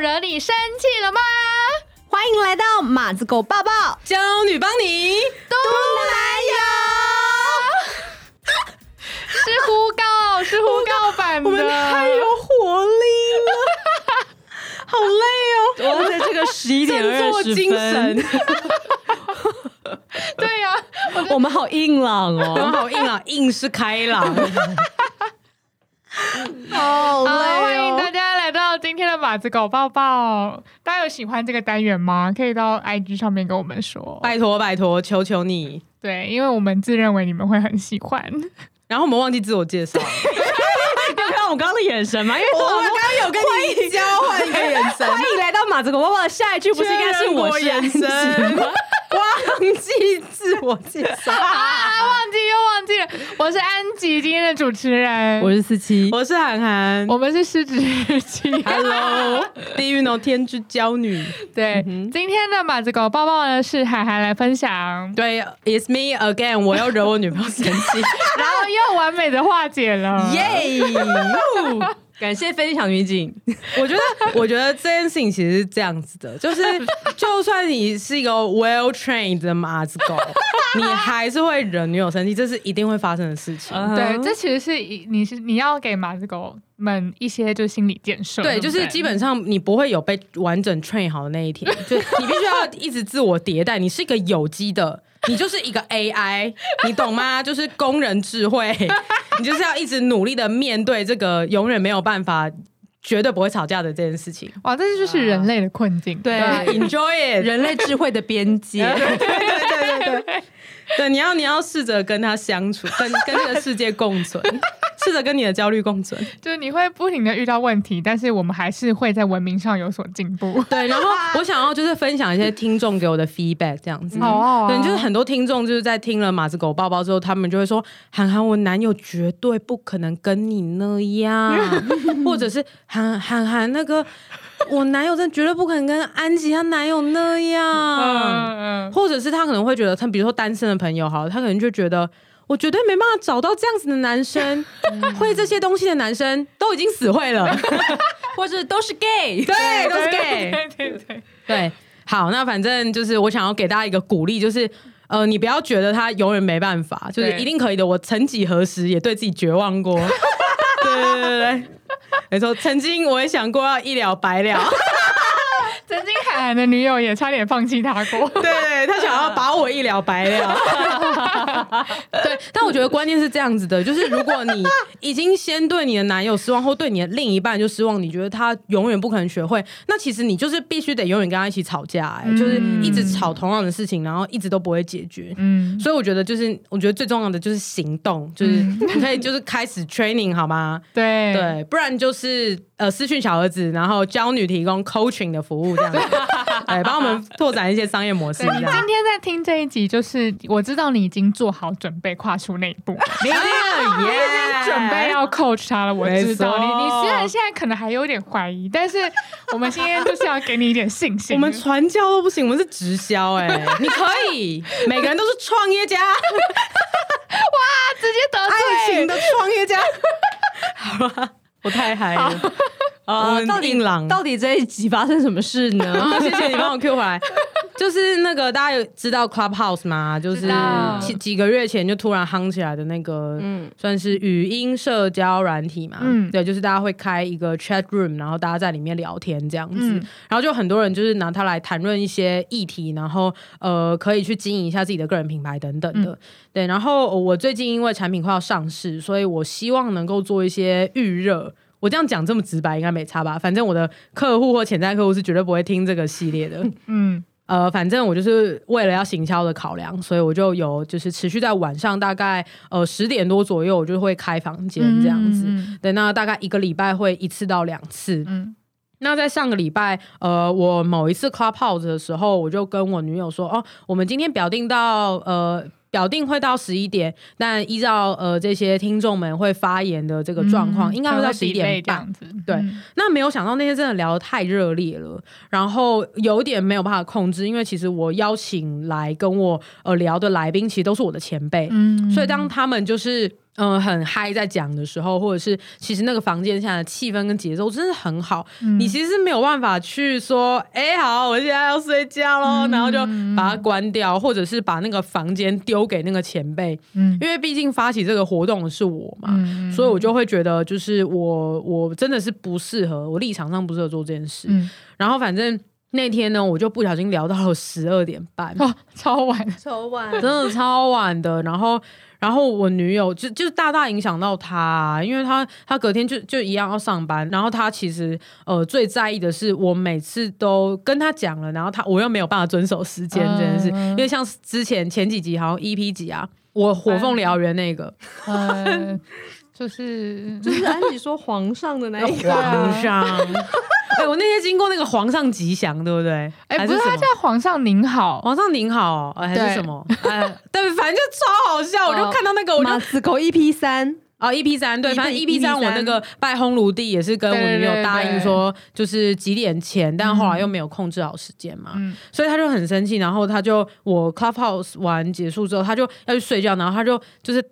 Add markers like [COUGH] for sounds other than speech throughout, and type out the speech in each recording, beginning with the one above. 惹你生气了吗？欢迎来到马子狗抱抱娇女帮你，东南亚是呼告，是呼告版我们太有的。活力了，好累哦，我要在这个十一点振二作十精分神，，对呀、我们好硬朗我们哦。好硬啊，硬是 [LAUGHS] 开朗，好哦好，哦欢迎大家来到今天的马子狗抱抱。大家有喜欢这个单元吗？可以到 IG 上面跟我们说。拜托拜托，求求你。对，因为我们自认为你们会很喜欢。然后我们忘记自 [LAUGHS] 我介绍，你有看到我刚刚的眼神吗？因为我刚刚有跟你交换一个眼神，欢迎来到马子狗爸爸的下一句，不是应该是我是安眼琪神，吗？ [LAUGHS] 忘记自我介绍。 [LAUGHS] 啊，忘记又忘记了，我是安吉，今天的主持人。我是四七，我是涵涵我们是失职日记。 ，Hello，地狱农天之娇女， [LAUGHS] 对，今天的马子狗抱抱呢是海涵来分享，对，It's me again，我要惹我女朋友生 [LAUGHS] 气，然后又完美的化解了。耶！ [LAUGHS] 感谢飞机场女警。我觉得，我觉得这件事情其实是这样子的，就是 [LAUGHS] 就算你是一个 well trained 的马子狗，你还是会惹女友生气，这是一定会发生的事情。对，这其实是一你是你要给马子狗们一些就是心理建设， [LAUGHS] 对，不就是基本上你不会有被完整 train 好的那 [LAUGHS] 一天，就你必须要一直自我迭代。你是一个有机的， [LAUGHS] 你就是一个 AI，你懂吗？ [LAUGHS] 就是工人智 [LAUGHS] 慧，你就是要一直努力的面对这个永远没有办法、绝对不会吵架的这件事情。哇，这就是人类的困境。对啊 [LAUGHS] Enjoy it，人类智慧的边界，对对对，对，你要你要试着跟他相处，跟跟这个世界共存， [LAUGHS] 试着跟你的焦虑共存。就是你会不停的遇到问题，但是我们还是会在文明上有所进步。 [LAUGHS] 对，然后我想要就是分享一些听众给我的 feedback 这样子。好啊好啊对，就是很多听众就是在听了马子狗抱抱之后，他们就会说：“涵涵，我男友绝对不可能跟你那 [LAUGHS] 样，或者是涵涵涵那个我男友真的绝对不可能跟安吉她男友那样。”嗯嗯，或者是他可能会觉得，他比如说单身的朋友好了，他可能就觉得我绝对没办法找到这样子的男生，嗯会这些东西的男生都已经死 [LAUGHS] 会了，或者都是 gay。对，都是 gay，对对对，对，好，那反正就是我想要给大家一个鼓励，就是。呃，你不要觉得他永远没办法，就是对一定可以的。我曾几何时也对自己绝望过， [LAUGHS] 对对对对对，没错，曾经我也想过要一了百了，曾经海涵的女友也差点放弃他过。 [LAUGHS] 对他想要把我一了百了。对，但我觉得关键是这样子的，就是如果你已经先对你的男友失望，或对你的另一半就失望，你觉得他永远不可能学会，那其实你就是必须得永远跟他一起吵架、哎，就是一直吵同样的事情，然后一直都不会解决。嗯，所以我觉得，就是我觉得最重要的就是行动，就是你可以就是开始 training 好吗？对对，不然就是呃私讯小儿子，然后教女提供 coaching 的服务这样 [LAUGHS] 子，对，帮我们拓展一些商业模式对这你样 [LAUGHS] 今。天在听这一集，就是我知道你已经做好准备跨出那一步，你已经耶准备要 coach 他了。我知道没你，错你虽然现在可能还有点怀疑，但是我们今天就是要给你一点信心。我们传教都不行，我们是直销哎、你可以， [LAUGHS] 每个人都是创业家，直接得爱罪情的创业家，好吧， [LAUGHS] 我太嗨 [LAUGHS] 了， [LAUGHS] 我啊，很到底硬朗到底这一集发生什么 [LAUGHS] 事呢？啊！谢谢你帮我 Q 回来。 [LAUGHS] 就是那个大家有知道 Clubhouse 吗？就是知道几几个月前就突然夯起来的那个，嗯，算是语音社交软体嘛。嗯嗯，对，就是大家会开一个 chat room，然后大家在里面聊天这样子，嗯然后就很多人就是拿它来谈论一些议题，然后呃可以去经营一下自己的个人品牌等等嗯的。对，然后呃我最近因为产品快要上市，所以我希望能够做一些预热。我这样讲这么直白，应该没差吧？反正我的客户或潜在客户是绝对不会听这个系 [LAUGHS] 列的。嗯，呃，反正我就是为了要行销的考量，所以我就有就是持续在晚上大概呃十点多左右，我就会开房间这样子。嗯对，那大概一个礼拜会一次到两次。嗯那在上个礼拜，呃，我某一次 Clubhouse 的时候，我就跟我女友说，哦，我们今天表定到呃。表定会到十一点，但依照呃这些听众们会发言的嗯这个状况，应该会到十一点这半。样子。对嗯那没有想到那天真的聊得太热烈了，然后有点没有办法控制，因为其实我邀请来跟我呃聊的来宾其实都是我的前辈，嗯所以当他们就是嗯、很嗨在讲的时候，或者是其实那个房间下的气氛跟节奏真的很好，嗯你其实没有办法去说，哎、好，我现在要睡觉嗯喽，然后就把它关掉，或者是把那个房间丢给那个前辈，嗯因为毕竟发起这个活动的是我嘛，嗯所以我就会觉得，就是我我真的是不适合，我立场上不适合做这件事。嗯然后反正那天呢，我就不小心聊到了十二点半，哦，超晚，抽完真 [LAUGHS] 的超晚的。然后，然后我女友就就是大大影响到她啊、因为她她隔天就就一样要上班。然后她其实呃最在意的是，我每次都跟她讲了，然后她我又没有办法遵守时间这件事，嗯因为像之前前几集好像 EP 几啊，我火凤燎原那个。呃，就是就是安琪说皇上的那嗯一个，啊皇上。哎、我那天经过那个皇上吉祥，对不对？哎、还不是是什他么叫皇上您好，皇上您好、呃还是对 [LAUGHS] 什么？哎，对，反正就超好笑。我就哦看到那个，我就马子狗 EP 三，啊，EP 三对， EP 反正 EP 三 EP3 我那个拜烘炉地也是跟我女友答应说，就是几点前，但后来又没有控制好时间嘛，嗯所以他就很生气，然后他就我 Clubhouse 完结束之后，他就要去睡觉，然后他就就是。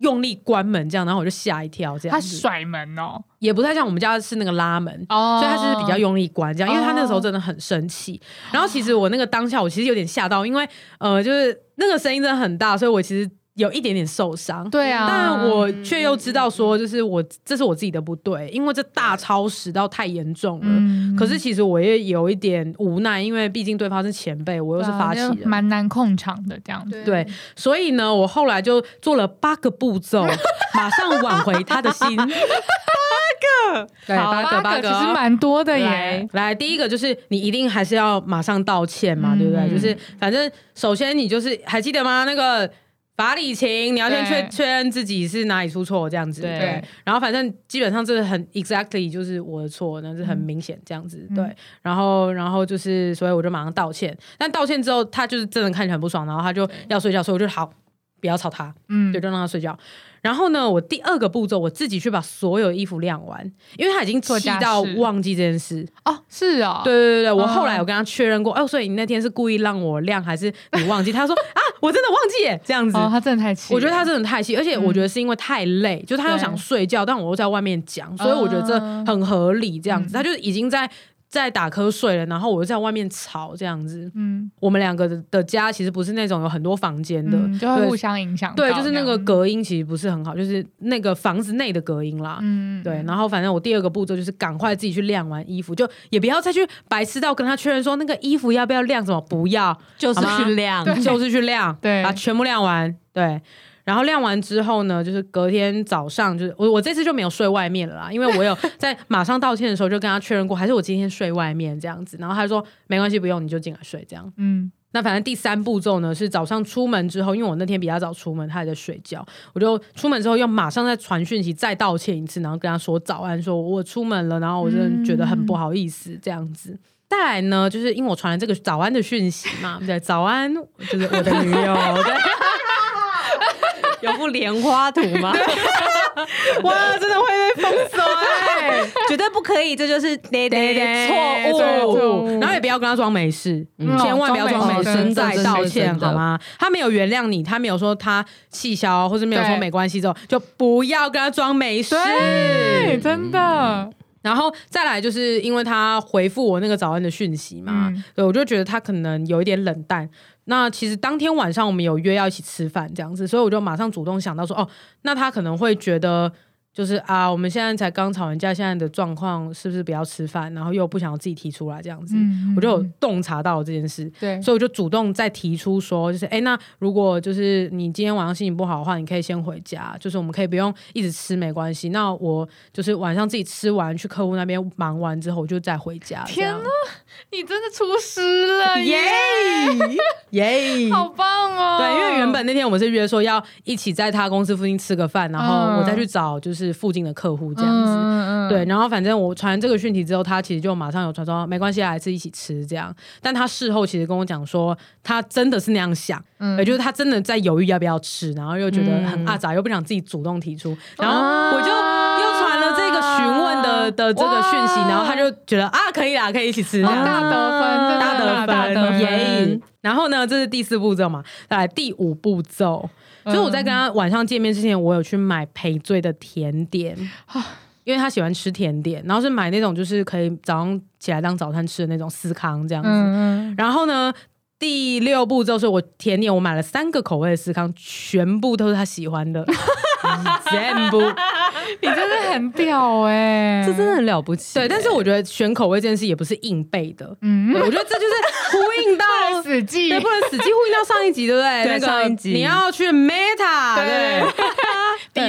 用力关门这样，然后我就吓一跳，这样他子甩门哦，也不太像我们家是那个拉门，哦所以他就是比较用力关这样，因为他哦那时候真的很生气。然后其实我那个当下，我其实有点吓到，因为呃，就是那个声音真的很大，所以我其实有一点点受伤。对啊，但我却又知道说，就是我这是我自己的不对，因为这大超时到太严重了。嗯可是其实我也有一点无奈，因为毕竟对方是前辈，我又是发起对啊就人，蛮难控场的这样子，对，所以呢，我后来就做了八个步骤，马上挽回他 [LAUGHS] 的心。八个，对，好八个，八其个实哦。蛮多的来耶，来，第一个就是你一定还是要马上道歉嘛，嗯对不对？就是反正首先你就是还记得吗？那个法理情，你要先确对确认自己是哪里出错这样子。对对然后反正基本上这是很 exactly 就是我的错，那是很明显这样嗯子。对，然后然后就是，所以我就马上道歉。但道歉之后，他就是真的看起来很不爽，然后他就要睡觉，所以我就好。不要吵他，嗯对，就让他睡觉。然后呢，我第二个步骤，我自己去把所有衣服晾完，因为他已经做气家到事忘记这件事。哦，是哦，对对对对，我后来哦有跟他确认过，哦，所以你那天是故意让我晾，还是你 [LAUGHS] 忘记？他说啊，我真的忘记耶，这样子。哦，他真的太气了，我觉得他真的太气，而且我觉得是因为太累，就是他又对想睡觉，但我又在外面讲，所以我觉得这很合理。这样哦子，他就已经在在打瞌睡了，然后我又在外面吵这样子。嗯，我们两个的的家其实不是那种有很多房间的，嗯就会对互相影响到这对，样，就是那个隔音其实不是很好，就是那个房子内的隔音啦。嗯，嗯，对，然后反正我第二个步骤就是赶快自己去晾完衣服，就也不要再去白痴到跟他确认说那个衣服要不要晾，什么不要，就是好吗去晾，就是去晾，对把全部晾完，对。然后晾完之后呢，就是隔天早上，就是我我这次就没有睡外面了啦，因为 [LAUGHS] 我有在马上道歉的时候就跟他确认过，还是我今天睡外面这样子，然后他就说没关系，不用你就进来睡这样。嗯，那反正第三步骤呢是早上出门之后，因为我那天比较早出门，他还在睡觉，我就出门之后又马上再传讯息，再道歉一次，然后跟他说早安，说我出门了，然后我真的觉得很不好意思、这样子。再来呢，就是因为我传了这个早安的讯息嘛，对，早安就是我的女友，对，有副莲花图吗？哇，真的会被封锁哎、绝对不可以，这就是对对对错误。错误然后也不要跟他装没事，嗯千万不要装没装没事事再真的道真的歉真的好吗？他没有原谅你，他没有说他气消，或者没有说对没关系之后，就不要跟他装没事。对，真的，然后再来就是因为他回复我那个早安的讯息嘛，嗯对我就觉得他可能有一点冷淡。那其实当天晚上我们有约要一起吃饭这样子，所以我就马上主动想到说，哦，那他可能会觉得就是啊，我们现在才刚吵完架，现在的状况是不是不要吃饭？然后又不想要自己提出来这样子，嗯我就有嗯洞察到这件事。对，所以我就主动再提出说，就是哎、诶那如果就是你今天晚上心情不好的话，你可以先回家，就是我们可以不用一直吃，没关系。那我就是晚上自己吃完，去客户那边忙完之后，我就再回家。天哪哪，你真的出师 [LAUGHS] 了耶！[LAUGHS] 耶！好棒哦！对，因为原本那天我们是约说要一起在他公司附近吃个饭，然后我再嗯去找就是附近的客户这样子。嗯对，，然后反正我传这个讯息之后，他其实就马上有传说没关系啊，还是一起吃这样。但他事后其实跟我讲说，他真的是那样想，嗯也就是他真的在犹豫要不要吃，然后又觉得很嗯啊阿杂，又不想自己主动提出，然后我就又传了这个询问的的的这个讯息，哇然后他就觉得啊，可以啦，可以一起吃这样哦大得分，真的大得大得分分耶！然后呢，这是第四步骤嘛，再来第五步骤。嗯所以我在跟他晚上见面之前，我有去买赔罪的甜点，啊因为他喜欢吃甜点，然后是买那种就是可以早上起来当早餐吃的那种司康这样子。嗯嗯，然后呢，第六步骤是我甜点，我买了三个口味的司康，全部都是他喜欢 [LAUGHS] 的，全部。你真的很屌 [LAUGHS] 哎，这真的很了不起。对，但是我觉得选口味这件事也不是硬背的，对嗯，我觉得这就是呼 [LAUGHS] 应到死记对，不能死记呼应到上一集，对不对？对那个上一集你要去 meta，对啊 对，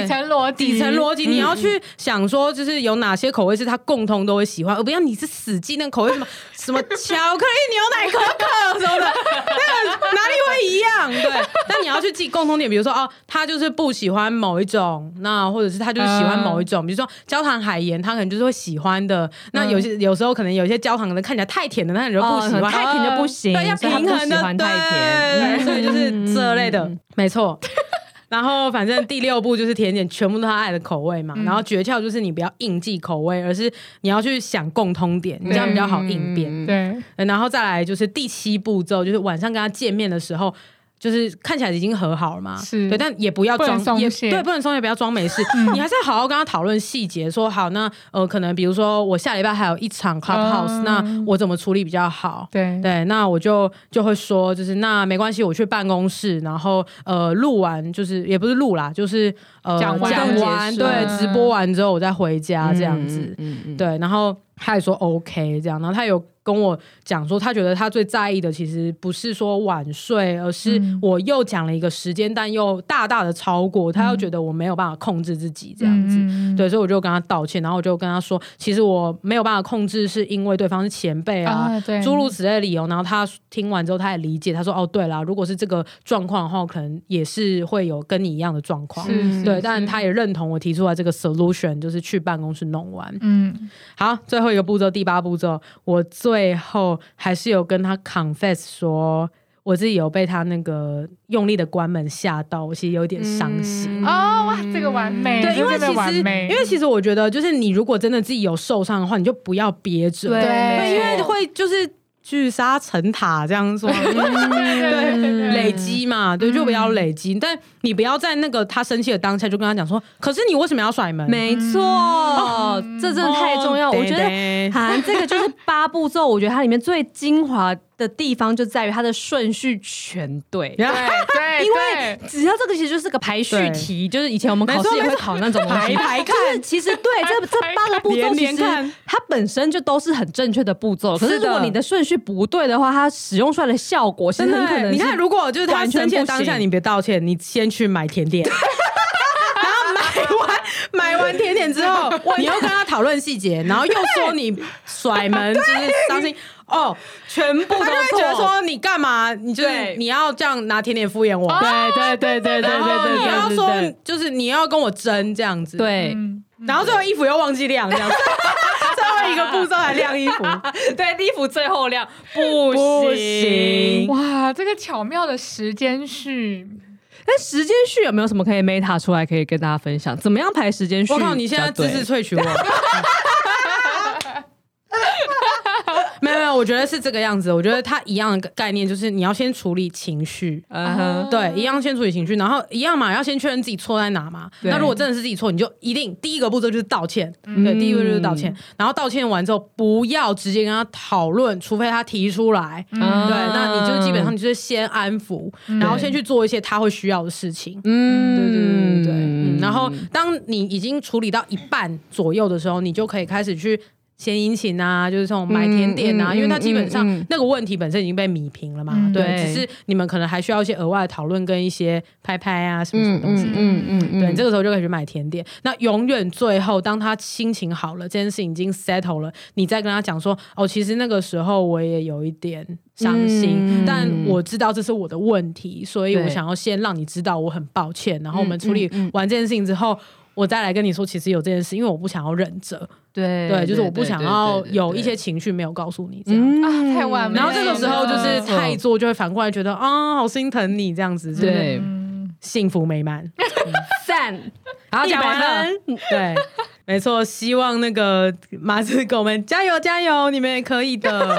[LAUGHS] 底层逻辑，底层逻辑，你要去想说，就是有哪些口味是他共同都会喜欢，而不要你是死记那个口味什么 [LAUGHS] 什么巧克力、牛奶、可可什么的，那个哪里会一样？对，但你要去记共同点，比如说哦，他就是不喜欢某一种，那或者是他就是喜欢某一种，比如说焦糖海盐，他可能就是会喜欢的。那有些有时候可能有些焦糖的看起来太甜的，那你就不喜欢，哦太甜就不行，对，要所以平他衡不的，喜欢太甜。对，所以就是这类的，没错。 [LAUGHS] 然后反正第六步就是甜点，全部都是他爱的口味嘛。然后诀窍就是你不要硬记口味，而是你要去想共通点，嗯你这样比较好应变。对，然后再来就是第七步骤，就是晚上跟他见面的时候。就是看起来已经和好了嘛，是对，但也不要不能装，松也懈对，不能松懈，不要装没事，你还是要好好跟他讨论细节，说好，那呃，可能比如说我下礼拜还有一场 clubhouse，、嗯那我怎么处理比较好？对，对，那我就就会说，就是那没关系，我去办公室，然后呃录完，就是也不是录啦，就是呃讲完讲完结束对，直播完之后我再回家这样子，嗯嗯，对，然后他也说 OK 这样，然后他有跟我讲说，他觉得他最在意的其实不是说晚睡，而是嗯我又讲了一个时间，但又大大的超过，他又觉得我没有办法控制自己这样子，嗯，对，所以我就跟他道歉，然后我就跟他说，其实我没有办法控制，是因为对方是前辈啊，啊对诸如此类的理由。然后他听完之后，他也理解，他说：“哦，对啦，如果是这个状况的话，我可能也是会有跟你一样的状况。”嗯是，对，但他也认同我提出来这个 solution，就是去办公室弄完。嗯，好，最后一个步骤，第八步骤，我最后还是有跟他 confess 说，我自己有被他那个用力的关门吓到，我其实有点伤心。哦哇，这个完美，嗯对，因为这个其完实美，因为其实我觉得，就是你如果真的自己有受伤的话，你就不要憋着，对对，对因为会就是聚沙成塔这样 [LAUGHS] 说。嗯对对对对对累积嘛，对，就不要累积。但你不要在那个他生气的当下就跟他讲说，可是你为什么要甩门？没错，这真的太重要。哦我觉对得对韩这个就是八步骤，我觉得它里面最精华的地方就在于它的顺序全对。对啊 [LAUGHS] 对，因对为只要这个其实就是个排序题，就是以前我们考试也会考那种东西，没错没错排排看就是其实对这这排排看八个步骤，连其连实看它本身就都是很正确的步骤。可是是的如果你的顺序不对的话，它使用出来的效果其真实的很可欸，能你看，是如果就是他完全生气的不当下，行你别道歉，你先去买甜点。 [LAUGHS] 然后买完买完甜点之 [LAUGHS] 后，你又跟他讨论细节，然后又说你甩门就是伤心哦，全部他就会觉得都错。说你干嘛？你就是对你要这样拿甜点敷衍我，对对对对对然后你要对说就是你要跟我争这样子，，对嗯然后最后衣服又忘记晾 [LAUGHS] 这样子，最后一个步骤来晾衣服，对，衣服最后晾不不嗯行哇，这个巧妙的时间序，但哎时间序有没有什么可以 meta 出来，可以跟大家分享？怎么样排时间序？我靠，你现在姿字字萃 [LAUGHS] 取我。没有没有，我觉得是这个样子。我觉得它一样的概念就是你要先处理情绪，嗯哦哼，对，一样先处理情绪，然后一样嘛，要先确认自己错在哪嘛。对嗯那如果真的是自己错，你就一定第一个步骤就是道歉，对，第一个就是道歉。然后道歉完之后，不要直接跟他讨论，除非他提出来。嗯对，那你就基本上你就是先安抚，然后先去做一些他会需要的事情。嗯，对对对对对，嗯，然后嗯当你已经处理到一半左右的时候，你就可以开始去献殷勤啊，就是这种买甜点啊，嗯嗯因为它基本上嗯嗯嗯那个问题本身已经被米平了嘛，嗯对，对只是你们可能还需要一些额外的讨论跟一些拍拍啊什么什么嗯东西嗯的。嗯嗯嗯，对，这个时候就可以去买甜点。那永远最后，当他心情好了，这件事情已经 settle 了，你再跟他讲说，哦，其实那个时候我也有一点伤心，嗯但我知道这是我的问题，所以我对想要先让你知道我很抱歉。然后我们处理嗯嗯完这件事情之后。我再来跟你说，其实有这件事，因为我不想要忍着，对对，就是我不想要有对一。对对对嗯些情绪没有告诉你这样。啊，太完美嗯然了。嗯后这个时候就是没错太做就会反过来觉得啊、好心疼你这样子，就是对嗯幸福美满。赞，好，一讲百完了，分，对， [LAUGHS] 没错，希望那个马子狗们加油加油，你们也可 [LAUGHS] 以的。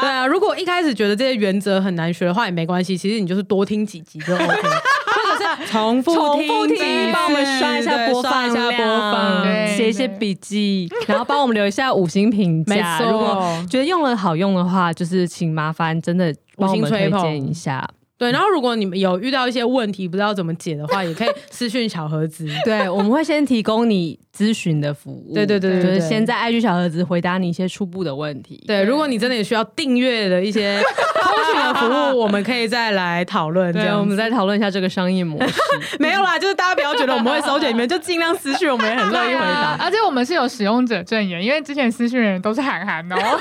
对啊，如果一开始觉得这些原则很难学的话也没关系，其实你就是多听几集就 OK，或者是重复重复听听，帮我们刷一下播放一下播放。对写一些笔记，然后帮我们留一下五星评没价。错如果觉得用了好用的话，就是请麻烦真的帮我们推荐一下。对，然后如果你们有遇到一些问题不知道怎么解的话，也可以私讯小盒 [LAUGHS] 子。对，我们会先提供你咨询的服务。对对对对就是对先在 IG 小盒子回答你一些初步的问题。对，如果你真的也需要订阅的一些通讯的服 [LAUGHS] 务，我们可以再来讨论。这对，我样们子再讨论一下这个商业模式。 [LAUGHS] 没有啦，就是大家不要觉得我们会收钱，你们就尽量私讯，我们也很乐意 [LAUGHS] 回答。啊而且我们是有使用者证言，因为之前私讯的人都是韩寒的、 [LAUGHS] 哦，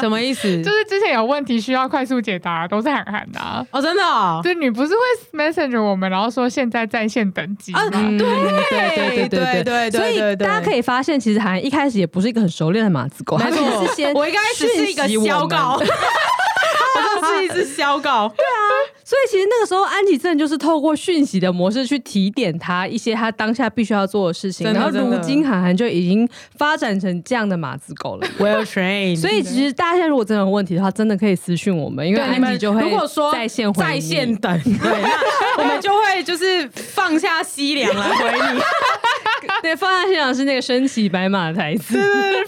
什么意思？就是之前有问题需要快速解答，都是韩寒的、啊。哦，真的哦。就你不是会 messenger 我们，然后说现在在线等级吗？嗯对对对对对啊对对所以对对，大家可以发现，其实韩一开始也不是一个很熟练的马子狗，没他其错实是先我一开始是一个讯息 [LAUGHS] 我小们稿，我就是一只小 [LAUGHS] 稿，所以其实那个时候，安吉正就是透过讯息的模式去提点他一些他当下必须要做的事情。真的然后真如的今韩寒就已经发展成这样的马子狗了。 well trained。所以其实大家现在如果真的有问题的话，真的可以私讯我们，因为对你安们吉就会如果说在线回在你线等，对，那我们就会就是放下西凉来回你，对放在现场是那个身骑白马的台词， [LAUGHS]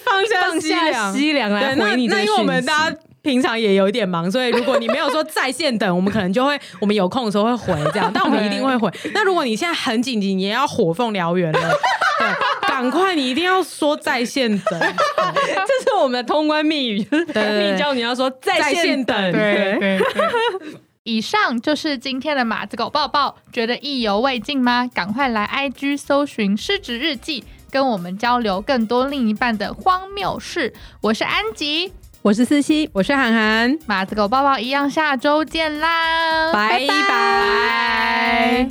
放放西下凉。西凉来对，那回你这那个因为我讯们息大家平常也有一点忙，所以如果你没有说在线等，我们可能就会我们有空的时候会回这样，但我们一定 [LAUGHS] 会回。那如果你现在很紧急，你也要火凤燎原了， [LAUGHS] 对，赶快你一定要说在线等，这是我们的通关密语，就是对对密教你要说在在线线等等。对对对。以上就是今天的马子狗抱抱，觉得意犹未尽吗？赶快来 IG 搜寻“失职日记”，跟我们交流更多另一半的荒谬事。我是安吉，我是思琪， [LAUGHS] 我是涵涵，马子狗抱抱一样，下周见啦，拜拜。